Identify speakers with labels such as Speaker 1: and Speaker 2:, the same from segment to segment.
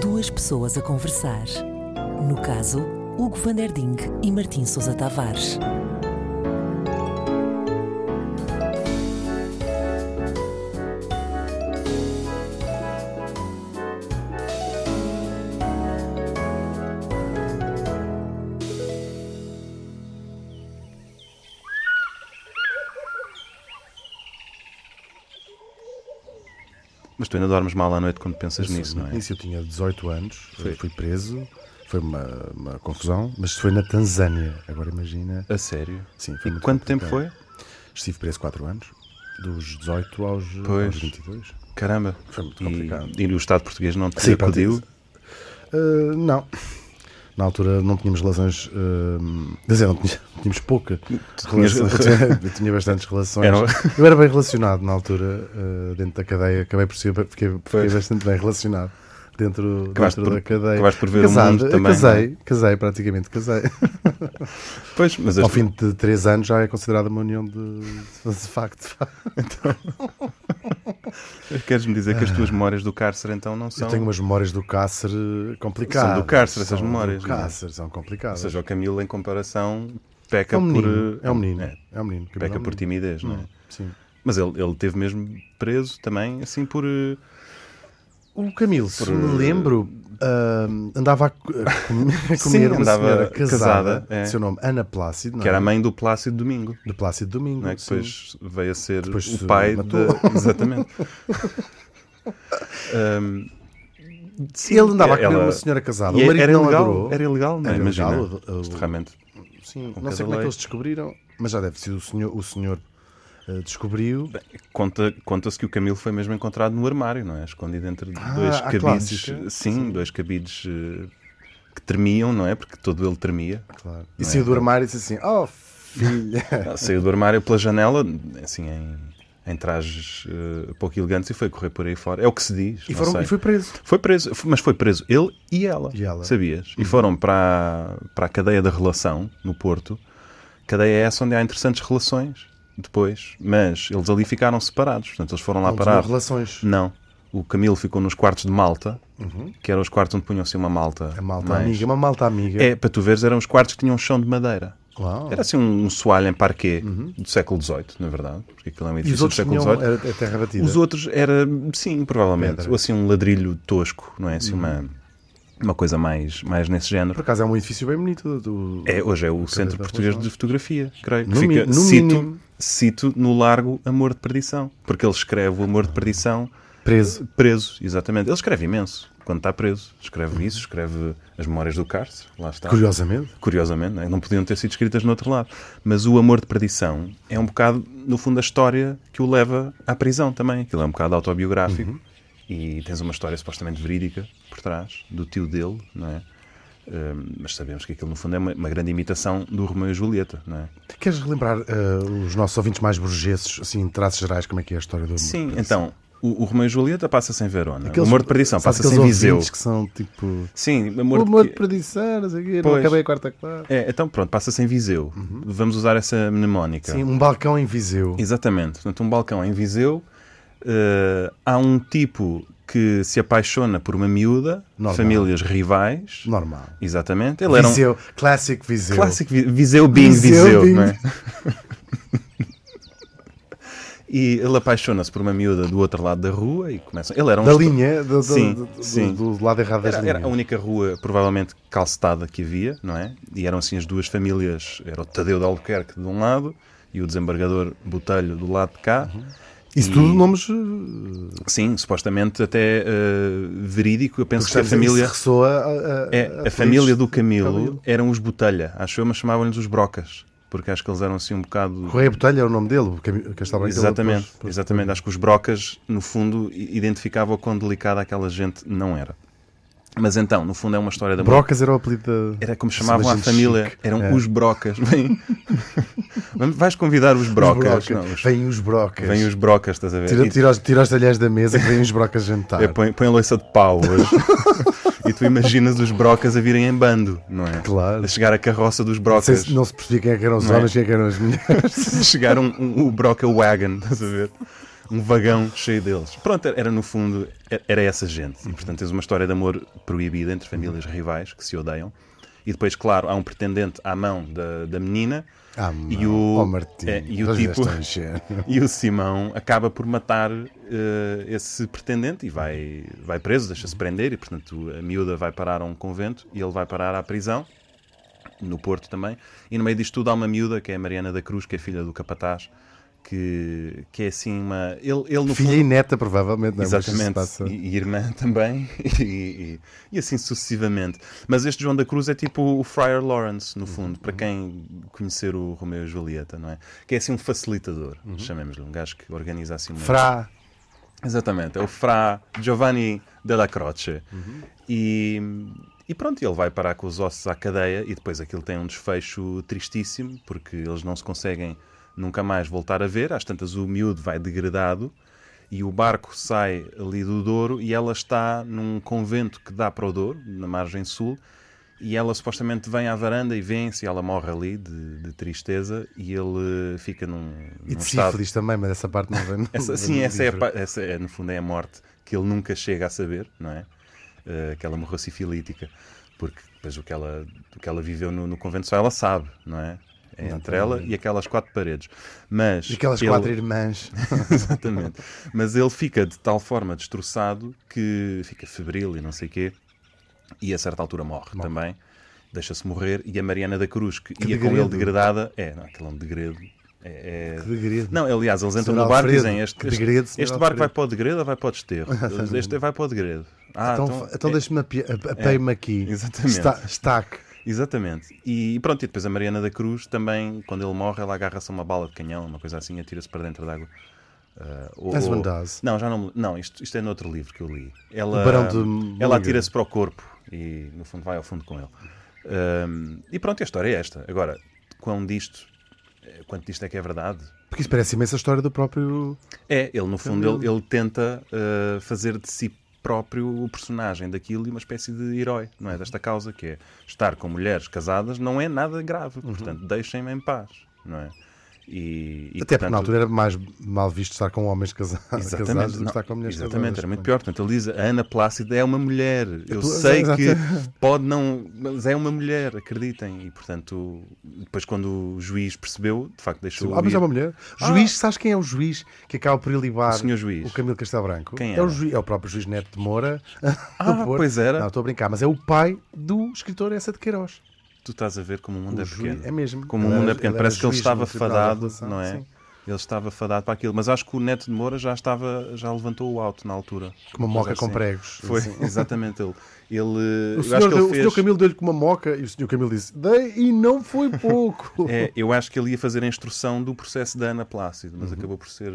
Speaker 1: duas pessoas a conversar. No caso, Hugo van der Ding e Martim Sousa Tavares.
Speaker 2: Mas tu ainda dormes mal à noite quando pensas nisso, não é?
Speaker 3: Nisso eu tinha 18 anos, eh, fui preso, foi uma, uma confusão, mas foi na Tanzânia, agora imagina.
Speaker 2: A sério?
Speaker 3: Sim, foi
Speaker 2: E
Speaker 3: muito
Speaker 2: quanto tempo foi?
Speaker 3: complicado. Estive preso 4 anos, dos 18 aos,
Speaker 2: Pois.
Speaker 3: aos 22.
Speaker 2: Caramba.
Speaker 3: Foi muito
Speaker 2: E-
Speaker 3: complicado.
Speaker 2: E, o Estado português não te
Speaker 3: Sim,
Speaker 2: acudiu?
Speaker 3: Ah, não. Na altura não tínhamos relações. ah, quer dizer, não tinha- tínhamos, pouca.
Speaker 2: tinhas-
Speaker 3: relação- eu tinha bastantes relações.
Speaker 2: Era-
Speaker 3: Eu era bem relacionado na altura, ah, dentro da cadeia. Acabei por ser. Fiquei, fiquei
Speaker 2: Pois.
Speaker 3: bastante bem relacionado dentro,
Speaker 2: Acabaste
Speaker 3: dentro
Speaker 2: por-
Speaker 3: da cadeia.
Speaker 2: acabaste por ver o
Speaker 3: Casado,
Speaker 2: mundo
Speaker 3: eu
Speaker 2: também, é?
Speaker 3: Casei, casei, praticamente casei.
Speaker 2: Pois, mas
Speaker 3: Ao
Speaker 2: as-
Speaker 3: fim de 3 anos já é considerada uma união de, de facto.
Speaker 2: queres-me dizer que as tuas memórias do cárcere então não são.
Speaker 3: Ah. Eu tenho umas memórias do cárcere complicadas.
Speaker 2: São do cárcere, essas
Speaker 3: São do
Speaker 2: memórias, não é?
Speaker 3: cárcere, são
Speaker 2: Ou
Speaker 3: complicadas.
Speaker 2: seja, o Camilo, em comparação, peca
Speaker 3: é um
Speaker 2: por.
Speaker 3: menino. É um menino.
Speaker 2: É,
Speaker 3: É um menino. Camilo, é
Speaker 2: peca
Speaker 3: um
Speaker 2: por
Speaker 3: menino.
Speaker 2: timidez, não é?
Speaker 3: Sim.
Speaker 2: Mas ele, ele teve mesmo preso também, assim por. eh,
Speaker 3: O Camilo, se me lembro, ahm, andava a, co- a comer, a
Speaker 2: Sim,
Speaker 3: comer uma
Speaker 2: andava
Speaker 3: senhora casada,
Speaker 2: casada, é.
Speaker 3: seu nome Ana Plácido, não
Speaker 2: que era a
Speaker 3: é?
Speaker 2: mãe do Plácido Domingo.
Speaker 3: de Plácido Domingo.
Speaker 2: Não é? Que
Speaker 3: sim.
Speaker 2: depois veio a ser
Speaker 3: Depois se
Speaker 2: o pai
Speaker 3: matou.
Speaker 2: da. Exatamente. Ahm, sim,
Speaker 3: Ele andava a comer
Speaker 2: ela-
Speaker 3: uma senhora casada.
Speaker 2: E
Speaker 3: o marido
Speaker 2: era
Speaker 3: não
Speaker 2: ilegal,
Speaker 3: adorou.
Speaker 2: era ilegal, não é?
Speaker 3: Era
Speaker 2: Imagina.
Speaker 3: ilegal, o- o-
Speaker 2: Isto realmente.
Speaker 3: Sim,
Speaker 2: com
Speaker 3: não sei como
Speaker 2: casaleiro.
Speaker 3: é que eles descobriram, mas já deve ter sido o senhor, o senhor ah, descobriu.
Speaker 2: Conta- Conta-se que o Camilo foi mesmo encontrado no armário, não é? Escondido entre dois
Speaker 3: à
Speaker 2: cabides.
Speaker 3: clássica.
Speaker 2: Sim, dois cabides eh, que tremiam, não é? Porque todo ele tremia.
Speaker 3: Claro.
Speaker 2: é
Speaker 3: E saiu do armário e disse assim: Oh, filha!
Speaker 2: Saiu do armário pela janela, assim, em, em trajes eh, pouco elegantes e foi correr por aí fora. É o que se diz.
Speaker 3: E,
Speaker 2: não
Speaker 3: foram,
Speaker 2: sei.
Speaker 3: e foi preso.
Speaker 2: Foi preso, f- mas foi preso ele e ela.
Speaker 3: E ela. Uhum.
Speaker 2: Sabias? E foram para, a- para a cadeia da relação, no Porto. Cadeia é essa onde há interessantes relações depois. Mas eles ali ficaram separados. Portanto, eles foram lá
Speaker 3: Não tinham
Speaker 2: parar.
Speaker 3: relações.
Speaker 2: Não. O Camilo ficou nos quartos de malta, que eram os quartos onde punham-se uma malta.
Speaker 3: Uhum. A malta
Speaker 2: mais-
Speaker 3: amiga, uma malta amiga.
Speaker 2: É, para tu veres, eram os quartos que tinham um chão de madeira.
Speaker 3: Uau.
Speaker 2: Era assim um, um soalho em parquet do século XVIII, na verdade, porque aquilo é um
Speaker 3: Uhum. E os
Speaker 2: edifício do
Speaker 3: outros
Speaker 2: século
Speaker 3: tinham
Speaker 2: XVIII.
Speaker 3: era, é terra batida.
Speaker 2: Os outros era, sim, provavelmente,
Speaker 3: Pedra. Uhum.
Speaker 2: ou assim um ladrilho tosco, não é? Assim uma, uma coisa mais, mais nesse
Speaker 3: Por
Speaker 2: género.
Speaker 3: acaso é um edifício bem bonito. Do...
Speaker 2: É, hoje é o Centro
Speaker 3: da
Speaker 2: Português
Speaker 3: Relação.
Speaker 2: de Fotografia, creio. que
Speaker 3: No
Speaker 2: fica,
Speaker 3: mi- no
Speaker 2: cito,
Speaker 3: mínimo.
Speaker 2: cito no largo Amor de Perdição, porque ele escreve o Amor de Perdição
Speaker 3: Preso.
Speaker 2: preso, exatamente. Ele escreve imenso quando está preso.
Speaker 3: Uhum.
Speaker 2: Escreve isso, escreve as memórias do cárcere, lá está.
Speaker 3: Curiosamente.
Speaker 2: Curiosamente, não, é? não podiam ter sido escritas no outro lado. Mas o amor de perdição é um bocado, no fundo, a história que o leva à prisão também. Aquilo é um bocado autobiográfico
Speaker 3: Uhum.
Speaker 2: e tens uma história supostamente verídica por trás, do tio dele, não é? Hum, mas sabemos que aquilo, no fundo, é uma, uma grande imitação do Romeu e Julieta, não é?
Speaker 3: Queres relembrar eh, os nossos ouvintes mais burgueses, assim, em traços gerais, como é que é a história do amor?
Speaker 2: Sim, então, o, o Romeu e Julieta passa-se em Verona.
Speaker 3: Aqueles-
Speaker 2: o amor de perdição
Speaker 3: sabes
Speaker 2: passa-se em
Speaker 3: aqueles
Speaker 2: Viseu.
Speaker 3: ouvintes que são tipo.
Speaker 2: Sim,
Speaker 3: O
Speaker 2: amor,
Speaker 3: amor
Speaker 2: de
Speaker 3: de perdição, não sei o quê, não
Speaker 2: Pois.
Speaker 3: acabei a quarta classe.
Speaker 2: É, então pronto, passa-se em Viseu. Vamos usar essa mnemónica.
Speaker 3: Uhum. Sim, um balcão em Viseu.
Speaker 2: Exatamente. Portanto, um balcão em Viseu. eh, há um tipo que se apaixona por uma miúda,
Speaker 3: Normal.
Speaker 2: famílias rivais.
Speaker 3: Normal.
Speaker 2: Exatamente. Ele era um
Speaker 3: Viseu, clássico Viseu.
Speaker 2: clássico Vi- Viseu Bing
Speaker 3: Viseu
Speaker 2: Viseu,
Speaker 3: Bing.
Speaker 2: não é? E ele apaixona-se por uma miúda do outro lado da rua e começa. Ele era um
Speaker 3: Da
Speaker 2: estra-
Speaker 3: linha, do, do-
Speaker 2: Sim,
Speaker 3: do-
Speaker 2: sim.
Speaker 3: do- do lado errado das
Speaker 2: Era, era a
Speaker 3: linhas.
Speaker 2: única rua, provavelmente, calcetada que havia, não é? E eram assim as duas famílias, era o Tadeu de Albuquerque de um lado e o desembargador Botelho do lado de cá.
Speaker 3: Isso
Speaker 2: um E-
Speaker 3: tudo nomes. eh,
Speaker 2: Sim, supostamente até eh, verídico, eu penso que a
Speaker 3: Portanto,
Speaker 2: família...
Speaker 3: eh, isso ressoa a, a-
Speaker 2: É,
Speaker 3: a
Speaker 2: a
Speaker 3: feliz
Speaker 2: família do Camilo,
Speaker 3: Camilo.
Speaker 2: eram os Botelha, acho eu, mas chamavam-lhes os Brocas, porque acho que eles eram assim um bocado...
Speaker 3: Correia Botelho é o nome dele, o Cami- Castelo Branco.
Speaker 2: Exatamente,
Speaker 3: Depois-
Speaker 2: exatamente. Acho que os brocas, no fundo, i- identificavam quão delicada aquela gente não era. Mas então, no fundo, é uma história de amor.
Speaker 3: Brocas era o apelido da.
Speaker 2: Era como
Speaker 3: Essa
Speaker 2: chamavam a
Speaker 3: gente
Speaker 2: família,
Speaker 3: chique.
Speaker 2: eram
Speaker 3: É.
Speaker 2: os brocas. Vem, Vamos- vais convidar os brocas.
Speaker 3: Os
Speaker 2: não,
Speaker 3: brocas.
Speaker 2: os-
Speaker 3: Vêm os brocas.
Speaker 2: Vem os brocas, estás a ver?
Speaker 3: Tira,
Speaker 2: E-
Speaker 3: tira os, tira os talheres da mesa que vêm os brocas jantar.
Speaker 2: É, põe, põe a louça de pau hoje. e tu imaginas os brocas a virem em bando, não é?
Speaker 3: Claro.
Speaker 2: A chegar a carroça dos
Speaker 3: não, sei
Speaker 2: brocas.
Speaker 3: se, não se percebia quem é que eram os
Speaker 2: Não é?
Speaker 3: homens e quem é que eram as mulheres.
Speaker 2: chegar um, um- o broca wagon, estás a ver? um vagão cheio deles. Pronto, era no fundo, era- era essa gente. E portanto tens uma história de amor proibida entre famílias rivais que se odeiam. E depois, claro, há um pretendente à mão da, da menina.
Speaker 3: Ah, mão.
Speaker 2: e o,
Speaker 3: Oh, Martim, um
Speaker 2: é, e o
Speaker 3: vocês
Speaker 2: tipo.
Speaker 3: estão a encher.
Speaker 2: E o Simão acaba por matar eh, esse pretendente e vai, vai preso, deixa-se prender, e portanto a miúda vai parar a um convento e ele vai parar à prisão, no Porto também. E no meio disto tudo há uma miúda que é a Mariana da Cruz, que é filha do Capataz, que, que é assim uma. Ele, ele no
Speaker 3: Filha
Speaker 2: fundo-
Speaker 3: e neta, provavelmente, não é? Mas isso se
Speaker 2: Exatamente,
Speaker 3: passa-
Speaker 2: e, e irmã também, e, e- e assim sucessivamente. Mas este João da Cruz é tipo o Friar Lawrence, no fundo,
Speaker 3: Uhum.
Speaker 2: para quem conhecer o Romeu e Julieta, não é? Que é assim um facilitador,
Speaker 3: Uhum.
Speaker 2: chamemos-lhe, um gajo que organiza assim uma...
Speaker 3: Frá.
Speaker 2: Exatamente, é o Fra Giovanni della Croce.
Speaker 3: Uhum.
Speaker 2: E, e pronto, ele vai parar com os ossos à cadeia e depois aquilo tem um desfecho tristíssimo, porque eles não se conseguem nunca mais voltar a ver. Às tantas, o miúdo vai degradado e o barco sai ali do Douro e ela está num convento que dá para o Douro, na margem sul. E ela supostamente vem à varanda e vence, e ela morre ali de, de tristeza, e ele fica num, num
Speaker 3: E de
Speaker 2: estado
Speaker 3: sífilis também, mas essa parte não vem. não
Speaker 2: essa,
Speaker 3: vem
Speaker 2: sim,
Speaker 3: no
Speaker 2: essa é, a
Speaker 3: livro.
Speaker 2: pa- essa é, no fundo, é a morte que ele nunca chega a saber, não é? Eh, que ela morreu sifilítica, porque depois o que ela, o que ela viveu no, no convento só ela sabe, não é? É entre ela e aquelas quatro paredes. Mas
Speaker 3: E aquelas
Speaker 2: ele-
Speaker 3: quatro irmãs.
Speaker 2: Exatamente. Mas ele fica de tal forma destroçado que fica febril e não sei quê, e a certa altura morre, também. Deixa-se morrer. E a Mariana da Cruz, que, ia com ele
Speaker 3: degredo.
Speaker 2: degradada, é, não, aquele é um degredo. É, é-
Speaker 3: Que degredo.
Speaker 2: Não, aliás, eles entram
Speaker 3: Senhor
Speaker 2: no barco e
Speaker 3: Alfredo,
Speaker 2: dizem: este,
Speaker 3: que
Speaker 2: este,
Speaker 3: degredo, senhor
Speaker 2: este barco vai
Speaker 3: Alfredo."
Speaker 2: para o degredo ou vai para o desterro? este é, vai para o degredo. Ah,
Speaker 3: então,
Speaker 2: então- é.
Speaker 3: fa- então deixa-me api- a- apei-me aqui.
Speaker 2: exatamente.
Speaker 3: Está- Estaque.
Speaker 2: Exatamente. E pronto, e depois a Mariana da Cruz também, quando ele morre, ela agarra-se a uma bala de canhão, uma coisa assim, e atira-se para dentro da água. Ah, ou-
Speaker 3: Mas
Speaker 2: ou-
Speaker 3: Vandaz.
Speaker 2: Não, já não me- Não, isto, isto é noutro livro que eu li. Ela,
Speaker 3: O Barão de
Speaker 2: ela
Speaker 3: Mulligan.
Speaker 2: atira-se para o corpo e, no fundo, vai ao fundo com ele. Ahm, e pronto, a história é esta. Agora, quão disto, eh, quanto disto é que é verdade?
Speaker 3: Porque isso parece imensa história do próprio.
Speaker 2: É, ele, no fundo, ele, ele tenta ah, fazer de si próprio o personagem daquilo e uma espécie de herói, não
Speaker 3: Uhum.
Speaker 2: é? Desta causa, que é estar com mulheres casadas não é nada grave,
Speaker 3: Uhum.
Speaker 2: portanto, deixem-me em paz, não é? E, e,
Speaker 3: Até porque na
Speaker 2: portanto,
Speaker 3: altura era mais mal visto estar com homens casa- casados,
Speaker 2: Exatamente,
Speaker 3: do que
Speaker 2: não,
Speaker 3: estar com mulheres
Speaker 2: exatamente,
Speaker 3: casadas.
Speaker 2: era muito pior. Portanto, ele diz: a Ana Plácida é uma mulher. Eu
Speaker 3: tu-
Speaker 2: sei
Speaker 3: exato.
Speaker 2: que pode não. Mas é uma mulher, acreditem. E portanto, depois, quando o juiz percebeu, de facto, deixou.
Speaker 3: Ah, mas é
Speaker 2: ir.
Speaker 3: uma mulher. Juiz, sabes quem é o juiz que acaba por ilibar
Speaker 2: O senhor juiz.
Speaker 3: o Camilo Castelo Branco?
Speaker 2: Quem
Speaker 3: é, o
Speaker 2: era?
Speaker 3: juiz, é o próprio juiz Neto de Moura.
Speaker 2: Ah,
Speaker 3: do Porto.
Speaker 2: pois era.
Speaker 3: Não, estou a brincar, mas é o pai do escritor essa de Queiroz.
Speaker 2: Tu estás a ver como o mundo
Speaker 3: O
Speaker 2: é
Speaker 3: juiz-
Speaker 2: pequeno.
Speaker 3: é mesmo.
Speaker 2: Como
Speaker 3: Ele
Speaker 2: o mundo
Speaker 3: era-
Speaker 2: é pequeno.
Speaker 3: ele era
Speaker 2: Parece que ele
Speaker 3: juiz
Speaker 2: estava
Speaker 3: no Tribunal da
Speaker 2: fadado,
Speaker 3: Relação,
Speaker 2: não é?
Speaker 3: sim.
Speaker 2: Ele estava fadado para aquilo. Mas acho que o Neto de Moura já estava, já levantou o alto na altura.
Speaker 3: Com uma
Speaker 2: Uma
Speaker 3: moca
Speaker 2: coisa
Speaker 3: com
Speaker 2: assim.
Speaker 3: pregos.
Speaker 2: Foi
Speaker 3: Assim.
Speaker 2: exatamente ele. Ele.
Speaker 3: O
Speaker 2: eu acho
Speaker 3: senhor,
Speaker 2: que
Speaker 3: deu,
Speaker 2: ele
Speaker 3: o
Speaker 2: fez.
Speaker 3: senhor Camilo deu-lhe com uma moca e o senhor Camilo disse: Dei e não foi pouco.
Speaker 2: É, eu acho que ele ia fazer a instrução do processo da Ana Plácido, mas acabou por ser,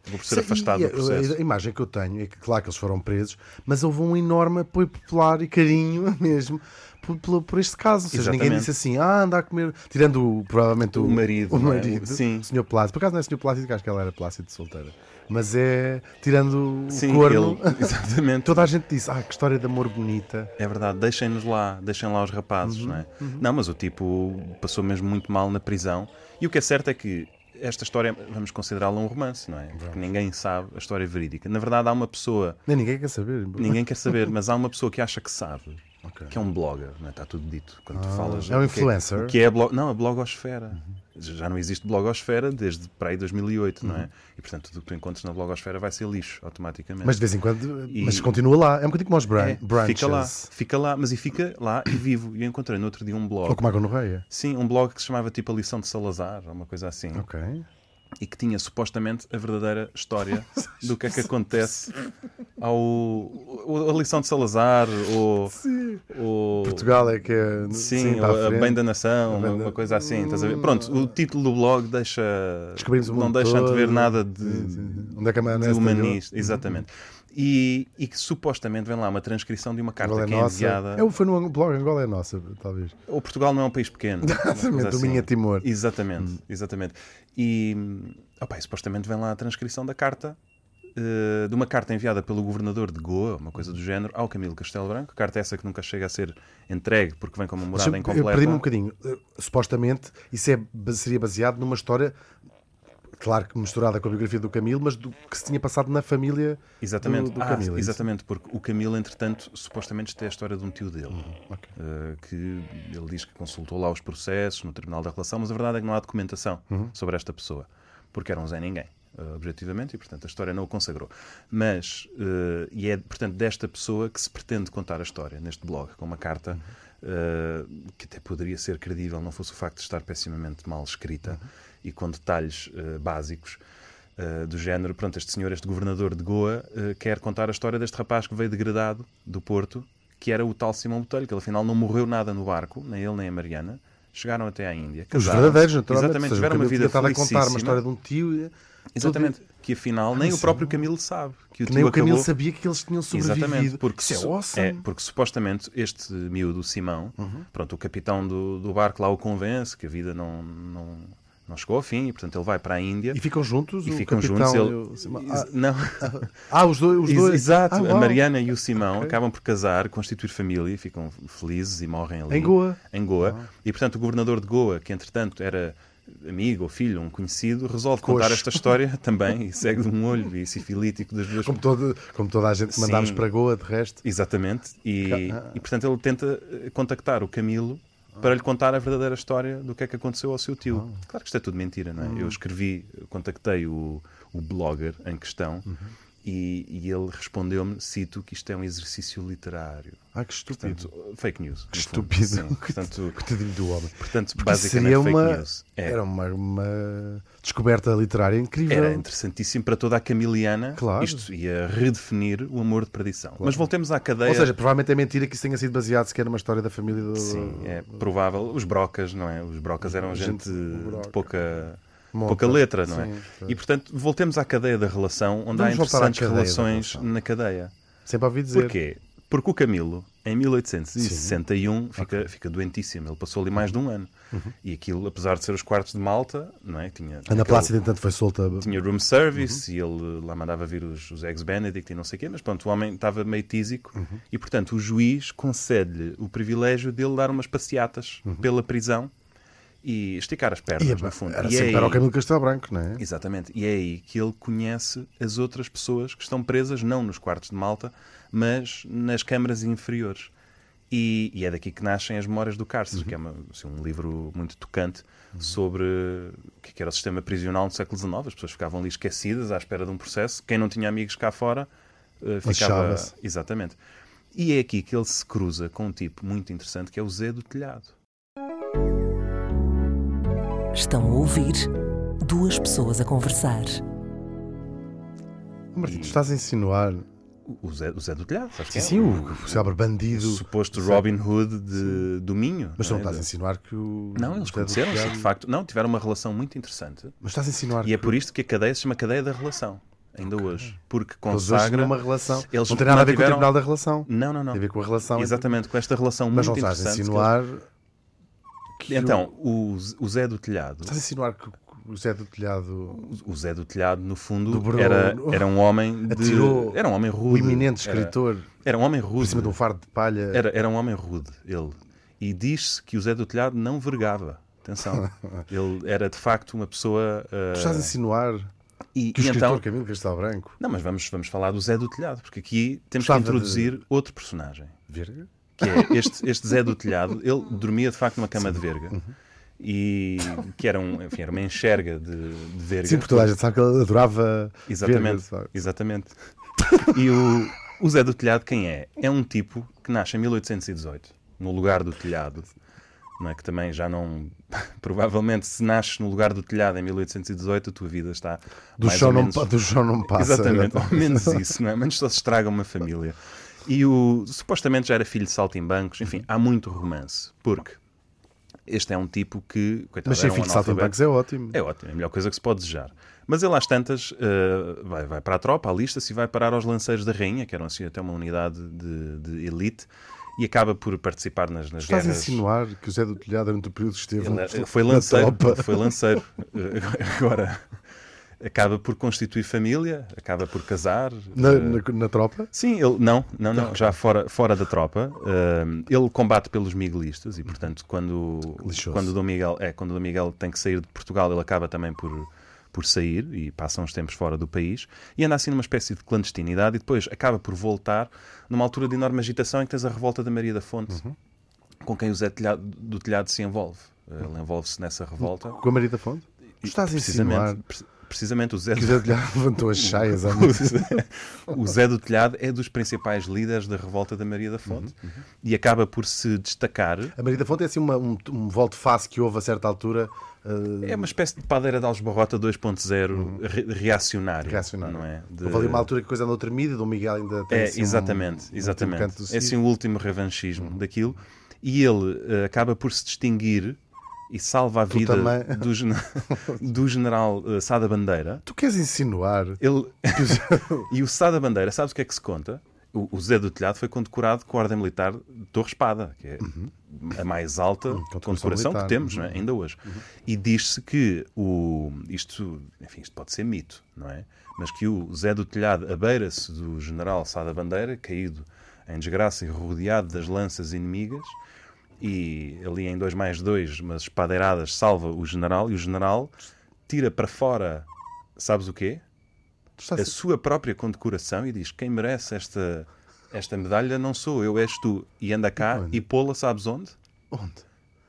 Speaker 2: acabou por ser
Speaker 3: Uhum. Sim,
Speaker 2: afastado
Speaker 3: e
Speaker 2: do processo.
Speaker 3: A, a imagem que eu tenho é que, claro, que eles foram presos, mas houve um enorme apoio popular e carinho mesmo por, por, por este caso. Ou seja, ninguém
Speaker 2: Exatamente.
Speaker 3: disse assim, ah, anda a comer. Tirando o- provavelmente o,
Speaker 2: O marido,
Speaker 3: o
Speaker 2: não é?
Speaker 3: marido,
Speaker 2: O- sim.
Speaker 3: o senhor Plácido. Por acaso não é senhor Plácido, que acho que ela era Plácido solteira. Mas é, tirando o
Speaker 2: Sim,
Speaker 3: corno,
Speaker 2: ele, exatamente.
Speaker 3: toda a gente disse, ah, que história de amor bonita.
Speaker 2: É verdade, deixem-nos lá, deixem lá os rapazes,
Speaker 3: Uhum,
Speaker 2: não é? Não, mas o tipo passou mesmo muito mal na prisão. E o que é certo é que esta história, vamos considerá-la um romance, não é? Porque ninguém sabe a história verídica. Na verdade, há uma pessoa,
Speaker 3: Nem ninguém quer saber.
Speaker 2: ninguém quer saber, mas há uma pessoa que acha que sabe,
Speaker 3: Ok.
Speaker 2: que é um blogger, não é? Está tudo dito quando tu falas.
Speaker 3: é um
Speaker 2: o que
Speaker 3: influencer. Uhum.
Speaker 2: O que é a blo- Não, a blogosfera. Já não existe blogosfera desde para aí 2008,
Speaker 3: Uhum.
Speaker 2: não é? E portanto, tudo o que tu encontres na blogosfera vai ser lixo, automaticamente.
Speaker 3: Mas de vez em quando,
Speaker 2: é. E-
Speaker 3: mas continua lá. É um bocadinho como os bran
Speaker 2: É,
Speaker 3: branches.
Speaker 2: fica lá, fica lá, mas e fica lá e vivo. E eu encontrei no outro dia um blog.
Speaker 3: Ou como água no reia.
Speaker 2: Sim, um blog que se chamava tipo A Lição de Salazar, ou uma coisa assim,
Speaker 3: Ok.
Speaker 2: e que tinha supostamente a verdadeira história do que é que acontece ao o- a lição de Salazar, ou, ou-
Speaker 3: Portugal é que é.
Speaker 2: sim,
Speaker 3: está à
Speaker 2: ou a
Speaker 3: frente.
Speaker 2: bem da nação,
Speaker 3: A bem
Speaker 2: uma,
Speaker 3: da- Hum.
Speaker 2: uma coisa assim. estás a ver? Pronto, o título do blog deixa
Speaker 3: Descobrimos o
Speaker 2: não
Speaker 3: mundo
Speaker 2: deixa de ver
Speaker 3: todo.
Speaker 2: nada de,
Speaker 3: Sim, sim. Onde é que a
Speaker 2: de
Speaker 3: maionese
Speaker 2: humanista, exatamente. E, e que supostamente vem lá uma transcrição de uma carta
Speaker 3: Angola é
Speaker 2: que é
Speaker 3: nossa.
Speaker 2: enviada.
Speaker 3: É, foi no blog Angola é nossa, talvez.
Speaker 2: O Portugal não é um país pequeno.
Speaker 3: Exatamente,
Speaker 2: Uma coisa
Speaker 3: domina Timor. Hum.
Speaker 2: Exatamente, exatamente. E, opa, e supostamente vem lá a transcrição da carta, eh, de uma carta enviada pelo governador de Goa, uma coisa do género, ao Camilo Castelo Branco. Carta essa que nunca chega a ser entregue porque vem com uma morada
Speaker 3: Deixa-me- Eu um
Speaker 2: incompleta.
Speaker 3: perdi-me um bocadinho. Eh, Supostamente isso é, ba- seria baseado numa história claro que misturada com a biografia do Camilo, mas do que se tinha passado na família
Speaker 2: Exatamente,
Speaker 3: do, do
Speaker 2: Ah,
Speaker 3: Camilo. é isso?
Speaker 2: exatamente porque o Camilo, entretanto, supostamente tem a história de um tio dele,
Speaker 3: Uhum, ok.
Speaker 2: eh, que ele diz que consultou lá os processos no Tribunal da Relação, mas a verdade é que não há documentação
Speaker 3: Uhum.
Speaker 2: sobre esta pessoa, porque era um Zé Ninguém, eh, objetivamente, e portanto a história não o consagrou. Mas, eh, e é portanto desta pessoa que se pretende contar a história neste blog, com uma
Speaker 3: Uhum.
Speaker 2: carta eh, que até poderia ser credível, não fosse o facto de estar pessimamente mal escrita
Speaker 3: Uhum.
Speaker 2: e com detalhes eh, básicos. Uh, do género, pronto, este senhor, este governador de Goa, uh, quer contar a história deste rapaz que veio degradado do Porto, que era o tal Simão Botelho, que ele, afinal não morreu nada no barco, nem ele nem a Mariana. Chegaram até à Índia.
Speaker 3: Os
Speaker 2: casaram-se.
Speaker 3: verdadeiros, naturalmente.
Speaker 2: Exatamente,
Speaker 3: ou seja, o
Speaker 2: tiveram uma
Speaker 3: Camilo
Speaker 2: vida
Speaker 3: tentava contar uma
Speaker 2: felicíssima.
Speaker 3: história de um tio. e-
Speaker 2: Exatamente, que afinal nem o próprio Camilo sabe. Que o
Speaker 3: Que
Speaker 2: tio
Speaker 3: nem o Camilo
Speaker 2: acabou...
Speaker 3: sabia que eles tinham sobrevivido.
Speaker 2: Exatamente, porque,
Speaker 3: Isso é
Speaker 2: su-
Speaker 3: awesome. Uhum.
Speaker 2: é, porque supostamente este miúdo Simão, pronto, o capitão do, do barco lá o convence que a vida não, não, não chegou ao fim e portanto ele vai para a Índia
Speaker 3: E ficam juntos?
Speaker 2: e
Speaker 3: o
Speaker 2: ficam
Speaker 3: capitão
Speaker 2: juntos.
Speaker 3: e o
Speaker 2: Ele...
Speaker 3: Simão?
Speaker 2: Ex-
Speaker 3: Ah,
Speaker 2: Não,
Speaker 3: ah, os dois. Os
Speaker 2: Ex-
Speaker 3: dois.
Speaker 2: Exato,
Speaker 3: Ah,
Speaker 2: a
Speaker 3: uau.
Speaker 2: Mariana e o Simão
Speaker 3: Ok.
Speaker 2: acabam por casar, constituir família, ficam felizes e morrem ali.
Speaker 3: Em Goa?
Speaker 2: Em Goa. E portanto, o governador de Goa, que entretanto era amigo ou filho, um conhecido, resolve
Speaker 3: Coxo.
Speaker 2: contar esta história também e segue de um olho e sifilítico das duas
Speaker 3: Como, todo, como toda a gente mandámos
Speaker 2: Sim.
Speaker 3: para Goa, de resto.
Speaker 2: Exatamente. E, e, portanto ele tenta eh, contactar o Camilo para lhe contar a verdadeira história do que é que aconteceu ao seu tio.
Speaker 3: Ah.
Speaker 2: Claro que isto é tudo mentira, não é?
Speaker 3: Hum.
Speaker 2: Eu escrevi, contactei o, o blogger em questão
Speaker 3: Uhum.
Speaker 2: e, e ele respondeu-me, cito, que isto é um exercício literário.
Speaker 3: Ah, que estúpido.
Speaker 2: Portanto, fake news.
Speaker 3: que
Speaker 2: no fundo.
Speaker 3: estúpido.
Speaker 2: Sim, portanto,
Speaker 3: Coitadinho do homem.
Speaker 2: portanto
Speaker 3: Porque
Speaker 2: basicamente
Speaker 3: seria
Speaker 2: fake
Speaker 3: uma,
Speaker 2: news. É.
Speaker 3: Era uma, uma descoberta literária incrível.
Speaker 2: Era interessantíssimo para toda a camiliana.
Speaker 3: Claro.
Speaker 2: Isto ia redefinir o amor de perdição. Mas voltemos à cadeia.
Speaker 3: Ou seja, provavelmente é mentira que isso tenha sido baseado sequer numa história da família do.
Speaker 2: Sim, é provável. Os brocas, não é? Os brocas eram
Speaker 3: Gente
Speaker 2: gente,
Speaker 3: broca.
Speaker 2: de pouca,
Speaker 3: Monta.
Speaker 2: pouca letra, não é?
Speaker 3: Sim, pois.
Speaker 2: E portanto, voltemos à cadeia da relação, onde há
Speaker 3: Vamos voltar à
Speaker 2: interessantes
Speaker 3: cadeia da
Speaker 2: relações
Speaker 3: relação.
Speaker 2: na cadeia.
Speaker 3: Sempre ouvi dizer.
Speaker 2: Porquê? Porque o Camilo, em 1861, fica, fica doentíssimo. Ele passou ali mais de um ano. E aquilo, apesar de ser os quartos de Malta, não é? Tinha, tinha
Speaker 3: Uhum. Ana
Speaker 2: aquele-
Speaker 3: Plácida, entanto, foi solta.
Speaker 2: tinha room service e ele lá mandava vir os, os ex-Benedict e não sei o quê, mas pronto, o homem estava meio tísico
Speaker 3: Uhum.
Speaker 2: e, portanto, o juiz concede-lhe o privilégio dele dar umas passeatas pela prisão e esticar as pernas,
Speaker 3: Uhum. E,
Speaker 2: no fundo.
Speaker 3: era
Speaker 2: E
Speaker 3: sempre
Speaker 2: é
Speaker 3: para o
Speaker 2: aí-
Speaker 3: Camilo Castelo Branco, não é?
Speaker 2: Exatamente, e é aí que ele conhece as outras pessoas que estão presas, não nos quartos de malta, mas nas câmaras inferiores. E, e é daqui que nascem as Memórias do Cárcere, que é uma- assim, um livro muito tocante sobre o que que era o sistema prisional no século XIX. As pessoas ficavam ali esquecidas à espera de um processo. Quem não tinha amigos cá fora eh, ficava.
Speaker 3: Achava-se.
Speaker 2: Exatamente. E é aqui que ele se cruza com um tipo muito interessante que é o Zé do Telhado.
Speaker 1: Estão a ouvir duas pessoas a conversar.
Speaker 3: Martim, tu estás a insinuar.
Speaker 2: O Zé, o Zé do Telhado, sabes
Speaker 3: Sim,
Speaker 2: quem é?
Speaker 3: sim, o, o célebre bandido.
Speaker 2: O suposto Robin Hood é? de Dominho.
Speaker 3: Mas tu não estás assim. a insinuar que o.
Speaker 2: Não, eles
Speaker 3: o Zé do
Speaker 2: conheceram-se,
Speaker 3: Telhado-
Speaker 2: de facto. Não, tiveram uma relação muito interessante.
Speaker 3: Mas estás a insinuar
Speaker 2: E é
Speaker 3: que
Speaker 2: por isto que a cadeia se chama Cadeia da Relação, ainda hoje. Porque
Speaker 3: eles dois
Speaker 2: consagra.
Speaker 3: tinham uma relação.
Speaker 2: Eles
Speaker 3: não tem nada a ver com o
Speaker 2: mantiveram-
Speaker 3: Tribunal da Relação.
Speaker 2: Não, não, não.
Speaker 3: Tem a ver com a relação. entre-
Speaker 2: Exatamente, com esta relação
Speaker 3: Mas não
Speaker 2: muito
Speaker 3: estás a
Speaker 2: interessante. que
Speaker 3: insinuar.
Speaker 2: eles- Então, o Z- o Zé do Telhado.
Speaker 3: Estás a insinuar que o Zé do Telhado.
Speaker 2: O Zé do Telhado, no fundo,
Speaker 3: Do Bruno.
Speaker 2: era, era um homem de,
Speaker 3: Atirou
Speaker 2: Era um homem
Speaker 3: O
Speaker 2: rude.
Speaker 3: iminente
Speaker 2: Era-
Speaker 3: escritor.
Speaker 2: Era, um homem
Speaker 3: Por cima
Speaker 2: rude.
Speaker 3: de um fardo de palha.
Speaker 2: Era, era um homem rude, ele. E diz-se que o Zé do Telhado não vergava. Atenção. Ele era, de facto, uma pessoa... ah,
Speaker 3: Tu estás a insinuar
Speaker 2: e,
Speaker 3: que o
Speaker 2: e
Speaker 3: escritor
Speaker 2: então,
Speaker 3: Camilo Castelo Branco.
Speaker 2: Não, mas vamos, vamos falar do Zé do Telhado, porque aqui temos
Speaker 3: Gostava
Speaker 2: que introduzir outro personagem,
Speaker 3: Verga?
Speaker 2: que é este, este Zé do Telhado. Ele dormia de facto numa cama de verga.
Speaker 3: Uhum.
Speaker 2: E que era, um, enfim, era uma enxerga de, de verga.
Speaker 3: Sim, porque toda a gente sabe que ele adorava.
Speaker 2: Exatamente.
Speaker 3: verga, sabe?
Speaker 2: exatamente. E o, o Zé do Telhado quem é? É um tipo que nasce em 1818, no lugar do telhado. Não é que também já não. Provavelmente, se nasces no lugar do telhado em 1818, a tua vida está.
Speaker 3: Do
Speaker 2: mais
Speaker 3: chão,
Speaker 2: ou
Speaker 3: não,
Speaker 2: menos-
Speaker 3: pa- do chão não passa. Então,
Speaker 2: Exatamente, ao menos isso, não é? Ao Menos só se estraga uma família. E o supostamente já era filho de saltimbancos,
Speaker 3: Uhum.
Speaker 2: enfim, há muito romance, porque este é um tipo que. Coitado,
Speaker 3: Mas ser
Speaker 2: era um
Speaker 3: filho de salto em
Speaker 2: analfabeto.
Speaker 3: bancos é ótimo.
Speaker 2: É ótimo, é a melhor coisa que se pode desejar. Mas ele às tantas eh, vai, vai para a tropa, à lista, se vai parar aos lanceiros da rainha, que eram assim até uma unidade de, de elite, e acaba por participar nas, nas
Speaker 3: Estás a
Speaker 2: guerras.
Speaker 3: insinuar que o Zé do Telhado, durante o período que esteve
Speaker 2: Ele
Speaker 3: na-
Speaker 2: era- foi
Speaker 3: na
Speaker 2: lanceiro.
Speaker 3: tropa,
Speaker 2: Foi lanceiro. Eh, Agora acaba por constituir família, acaba por casar.
Speaker 3: na,
Speaker 2: eh,
Speaker 3: na- na tropa,
Speaker 2: Sim, ele não, não,
Speaker 3: Tá.
Speaker 2: não, já fora, fora da tropa. Ahm, ele combate pelos miguelistas e, portanto, quando
Speaker 3: Lixou-se.
Speaker 2: quando Dom Miguel é quando Dom Miguel tem que sair de Portugal, ele acaba também por por sair e passa uns tempos fora do país e anda assim numa espécie de clandestinidade e depois acaba por voltar numa altura de enorme agitação em que tens a revolta da Maria da Fonte,
Speaker 3: Uhum.
Speaker 2: com quem o Zé Telhado- do Telhado se envolve. Ele envolve-se nessa revolta.
Speaker 3: Com a Maria da Fonte? Tu estás a insinuar
Speaker 2: precisamente, pre- precisamente o Zé
Speaker 3: que o
Speaker 2: do
Speaker 3: Zé de Lhar levantou as chaias à
Speaker 2: o Zé- o Zé do Telhado é dos principais líderes da revolta da Maria da Fonte
Speaker 3: Uhum,
Speaker 2: e acaba por se destacar.
Speaker 3: A Maria da Fonte é assim uma- um, um volte face que houve a certa altura. eh,
Speaker 2: É uma espécie de padeira de Algebarrota 2.0 re- reacionário.
Speaker 3: Reacionário.
Speaker 2: Não é? De-
Speaker 3: Uhum. Houve ali uma altura que a coisa andou tremida, Dom Miguel ainda tem
Speaker 2: É,
Speaker 3: assim um-
Speaker 2: exatamente,
Speaker 3: um
Speaker 2: exatamente.
Speaker 3: canto do Uhum.
Speaker 2: é assim
Speaker 3: cisne.
Speaker 2: o último revanchismo daquilo. E ele eh, acaba por se distinguir e salva a vida
Speaker 3: também.
Speaker 2: do, gen- do general eh, Sá da Bandeira.
Speaker 3: Tu queres insinuar?
Speaker 2: Ele... e o Sá da Bandeira, sabes o que é que se conta? O, o Zé do Telhado foi condecorado com a Ordem Militar de Torre Espada, que é a mais alta Uhum. condecoração que
Speaker 3: militar.
Speaker 2: temos, não é? ainda hoje. E diz-se que o, isto, enfim, isto pode ser mito, não é? Mas que o Zé do Telhado abeira-se do general Sá da Bandeira, caído em desgraça e rodeado das lanças inimigas, e ali em 2 mais 2, mas espadeiradas, salva o general, e o general tira para fora, sabes o quê?
Speaker 3: Tu estás- assim,
Speaker 2: a sua própria condecoração e diz: Quem merece esta, esta medalha não sou eu, és tu. E anda cá e pô-la, sabes onde?
Speaker 3: Onde?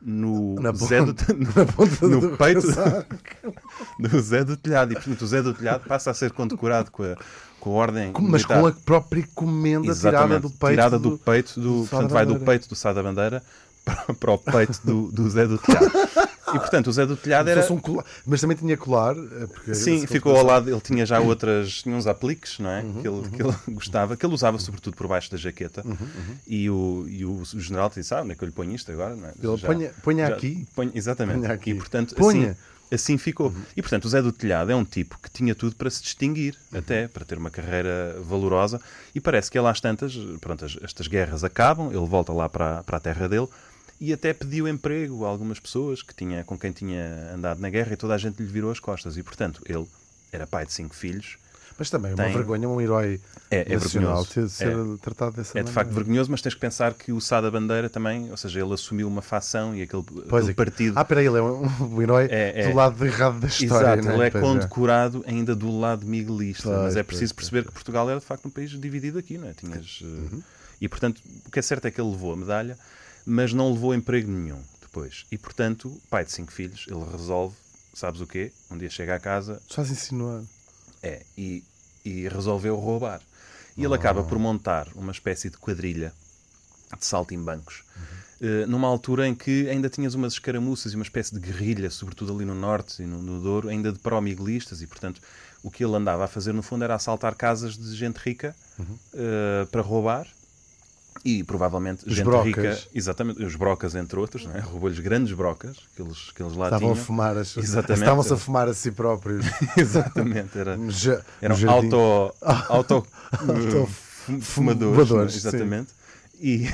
Speaker 2: No
Speaker 3: Na
Speaker 2: Zé do,
Speaker 3: Na ponta
Speaker 2: no
Speaker 3: do
Speaker 2: peito
Speaker 3: casaco.
Speaker 2: do Zé do Telhado. E, portanto, o Zé do Telhado passa a ser condecorado com a, com a ordem.
Speaker 3: Mas
Speaker 2: militar.
Speaker 3: com a própria comenda tirada
Speaker 2: Exatamente.
Speaker 3: do peito.
Speaker 2: Tirada do peito do-
Speaker 3: do Sá
Speaker 2: portanto,
Speaker 3: da
Speaker 2: vai do
Speaker 3: Bandeira.
Speaker 2: peito do Sá da Bandeira para, para o peito do, do Zé do Telhado. E, portanto, o Zé do Telhado
Speaker 3: Se
Speaker 2: era.
Speaker 3: fosse um colar- Mas também tinha colar. eh, Porque
Speaker 2: Sim, ficou ao lado. Ele tinha já outras, tinha uns apliques, não é?
Speaker 3: Uhum,
Speaker 2: que, ele, que ele gostava, que ele usava sobretudo por baixo da jaqueta.
Speaker 3: uhum.
Speaker 2: E, o, e o, o general disse: Ah, onde é que eu lhe ponho isto agora? Não é?
Speaker 3: Ele ponha- ponha aqui.
Speaker 2: ponha- exatamente.
Speaker 3: Ponha aqui.
Speaker 2: E portanto,
Speaker 3: Ponha. Uhum.
Speaker 2: assim. Assim ficou. E portanto, o Zé do Telhado é um tipo que tinha tudo para se distinguir,
Speaker 3: Uhum.
Speaker 2: até para ter uma carreira valorosa. E parece que ele, às tantas, pronto, as- estas guerras acabam, ele volta lá para, para a terra dele e até pediu emprego a algumas pessoas que tinha, com quem tinha andado na guerra e toda a gente lhe virou as costas. E portanto, ele era pai de cinco filhos.
Speaker 3: Mas também é uma
Speaker 2: Tem.
Speaker 3: vergonha, um herói
Speaker 2: É- é
Speaker 3: nacional
Speaker 2: vergonhoso.
Speaker 3: ser, ser tratado dessa
Speaker 2: É
Speaker 3: maneira.
Speaker 2: de facto vergonhoso, mas tens que pensar que o Sá da Bandeira também, ou seja, ele assumiu uma facção e aquele,
Speaker 3: Pois
Speaker 2: aquele
Speaker 3: é.
Speaker 2: partido.
Speaker 3: Ah, peraí, ele é um, um herói
Speaker 2: É, é.
Speaker 3: do lado errado da história.
Speaker 2: Exato,
Speaker 3: não
Speaker 2: ele é
Speaker 3: Pois
Speaker 2: condecorado ainda do lado miguelista.
Speaker 3: Pois,
Speaker 2: mas é
Speaker 3: pois, Uhum.
Speaker 2: preciso perceber que Portugal era de facto um país dividido aqui, não é? Tinhas, eh, E portanto, o que é certo é que ele levou a medalha, mas não levou emprego nenhum depois. E portanto, pai de cinco filhos, ele resolve, sabes o quê? Um dia chega à casa,
Speaker 3: Tu estás a insinuar.
Speaker 2: é, e, e resolveu roubar. E ele acaba
Speaker 3: Oh.
Speaker 2: por montar uma espécie de quadrilha de saltimbancos. eh, numa altura em que ainda tinhas umas escaramuças e uma espécie de guerrilha, sobretudo ali no Norte e no, no Douro, ainda de pró-miguelistas, e portanto o que ele andava a fazer no fundo era assaltar casas de gente rica
Speaker 3: Uhum.
Speaker 2: eh, para roubar e provavelmente gente
Speaker 3: brocas.
Speaker 2: rica, exatamente, os brocas entre outros, não é? roubou-lhes grandes brocas que eles, que eles lá
Speaker 3: Estavam a
Speaker 2: tinham.
Speaker 3: fumar as
Speaker 2: Exatamente.
Speaker 3: Estavam-se a fumar a si próprios.
Speaker 2: Exatamente, era,
Speaker 3: No Um ja-
Speaker 2: eram
Speaker 3: no jardim.
Speaker 2: auto, auto,
Speaker 3: Auto-
Speaker 2: fu- fumadores,
Speaker 3: fumadores,
Speaker 2: não é?
Speaker 3: sim.
Speaker 2: exatamente. E,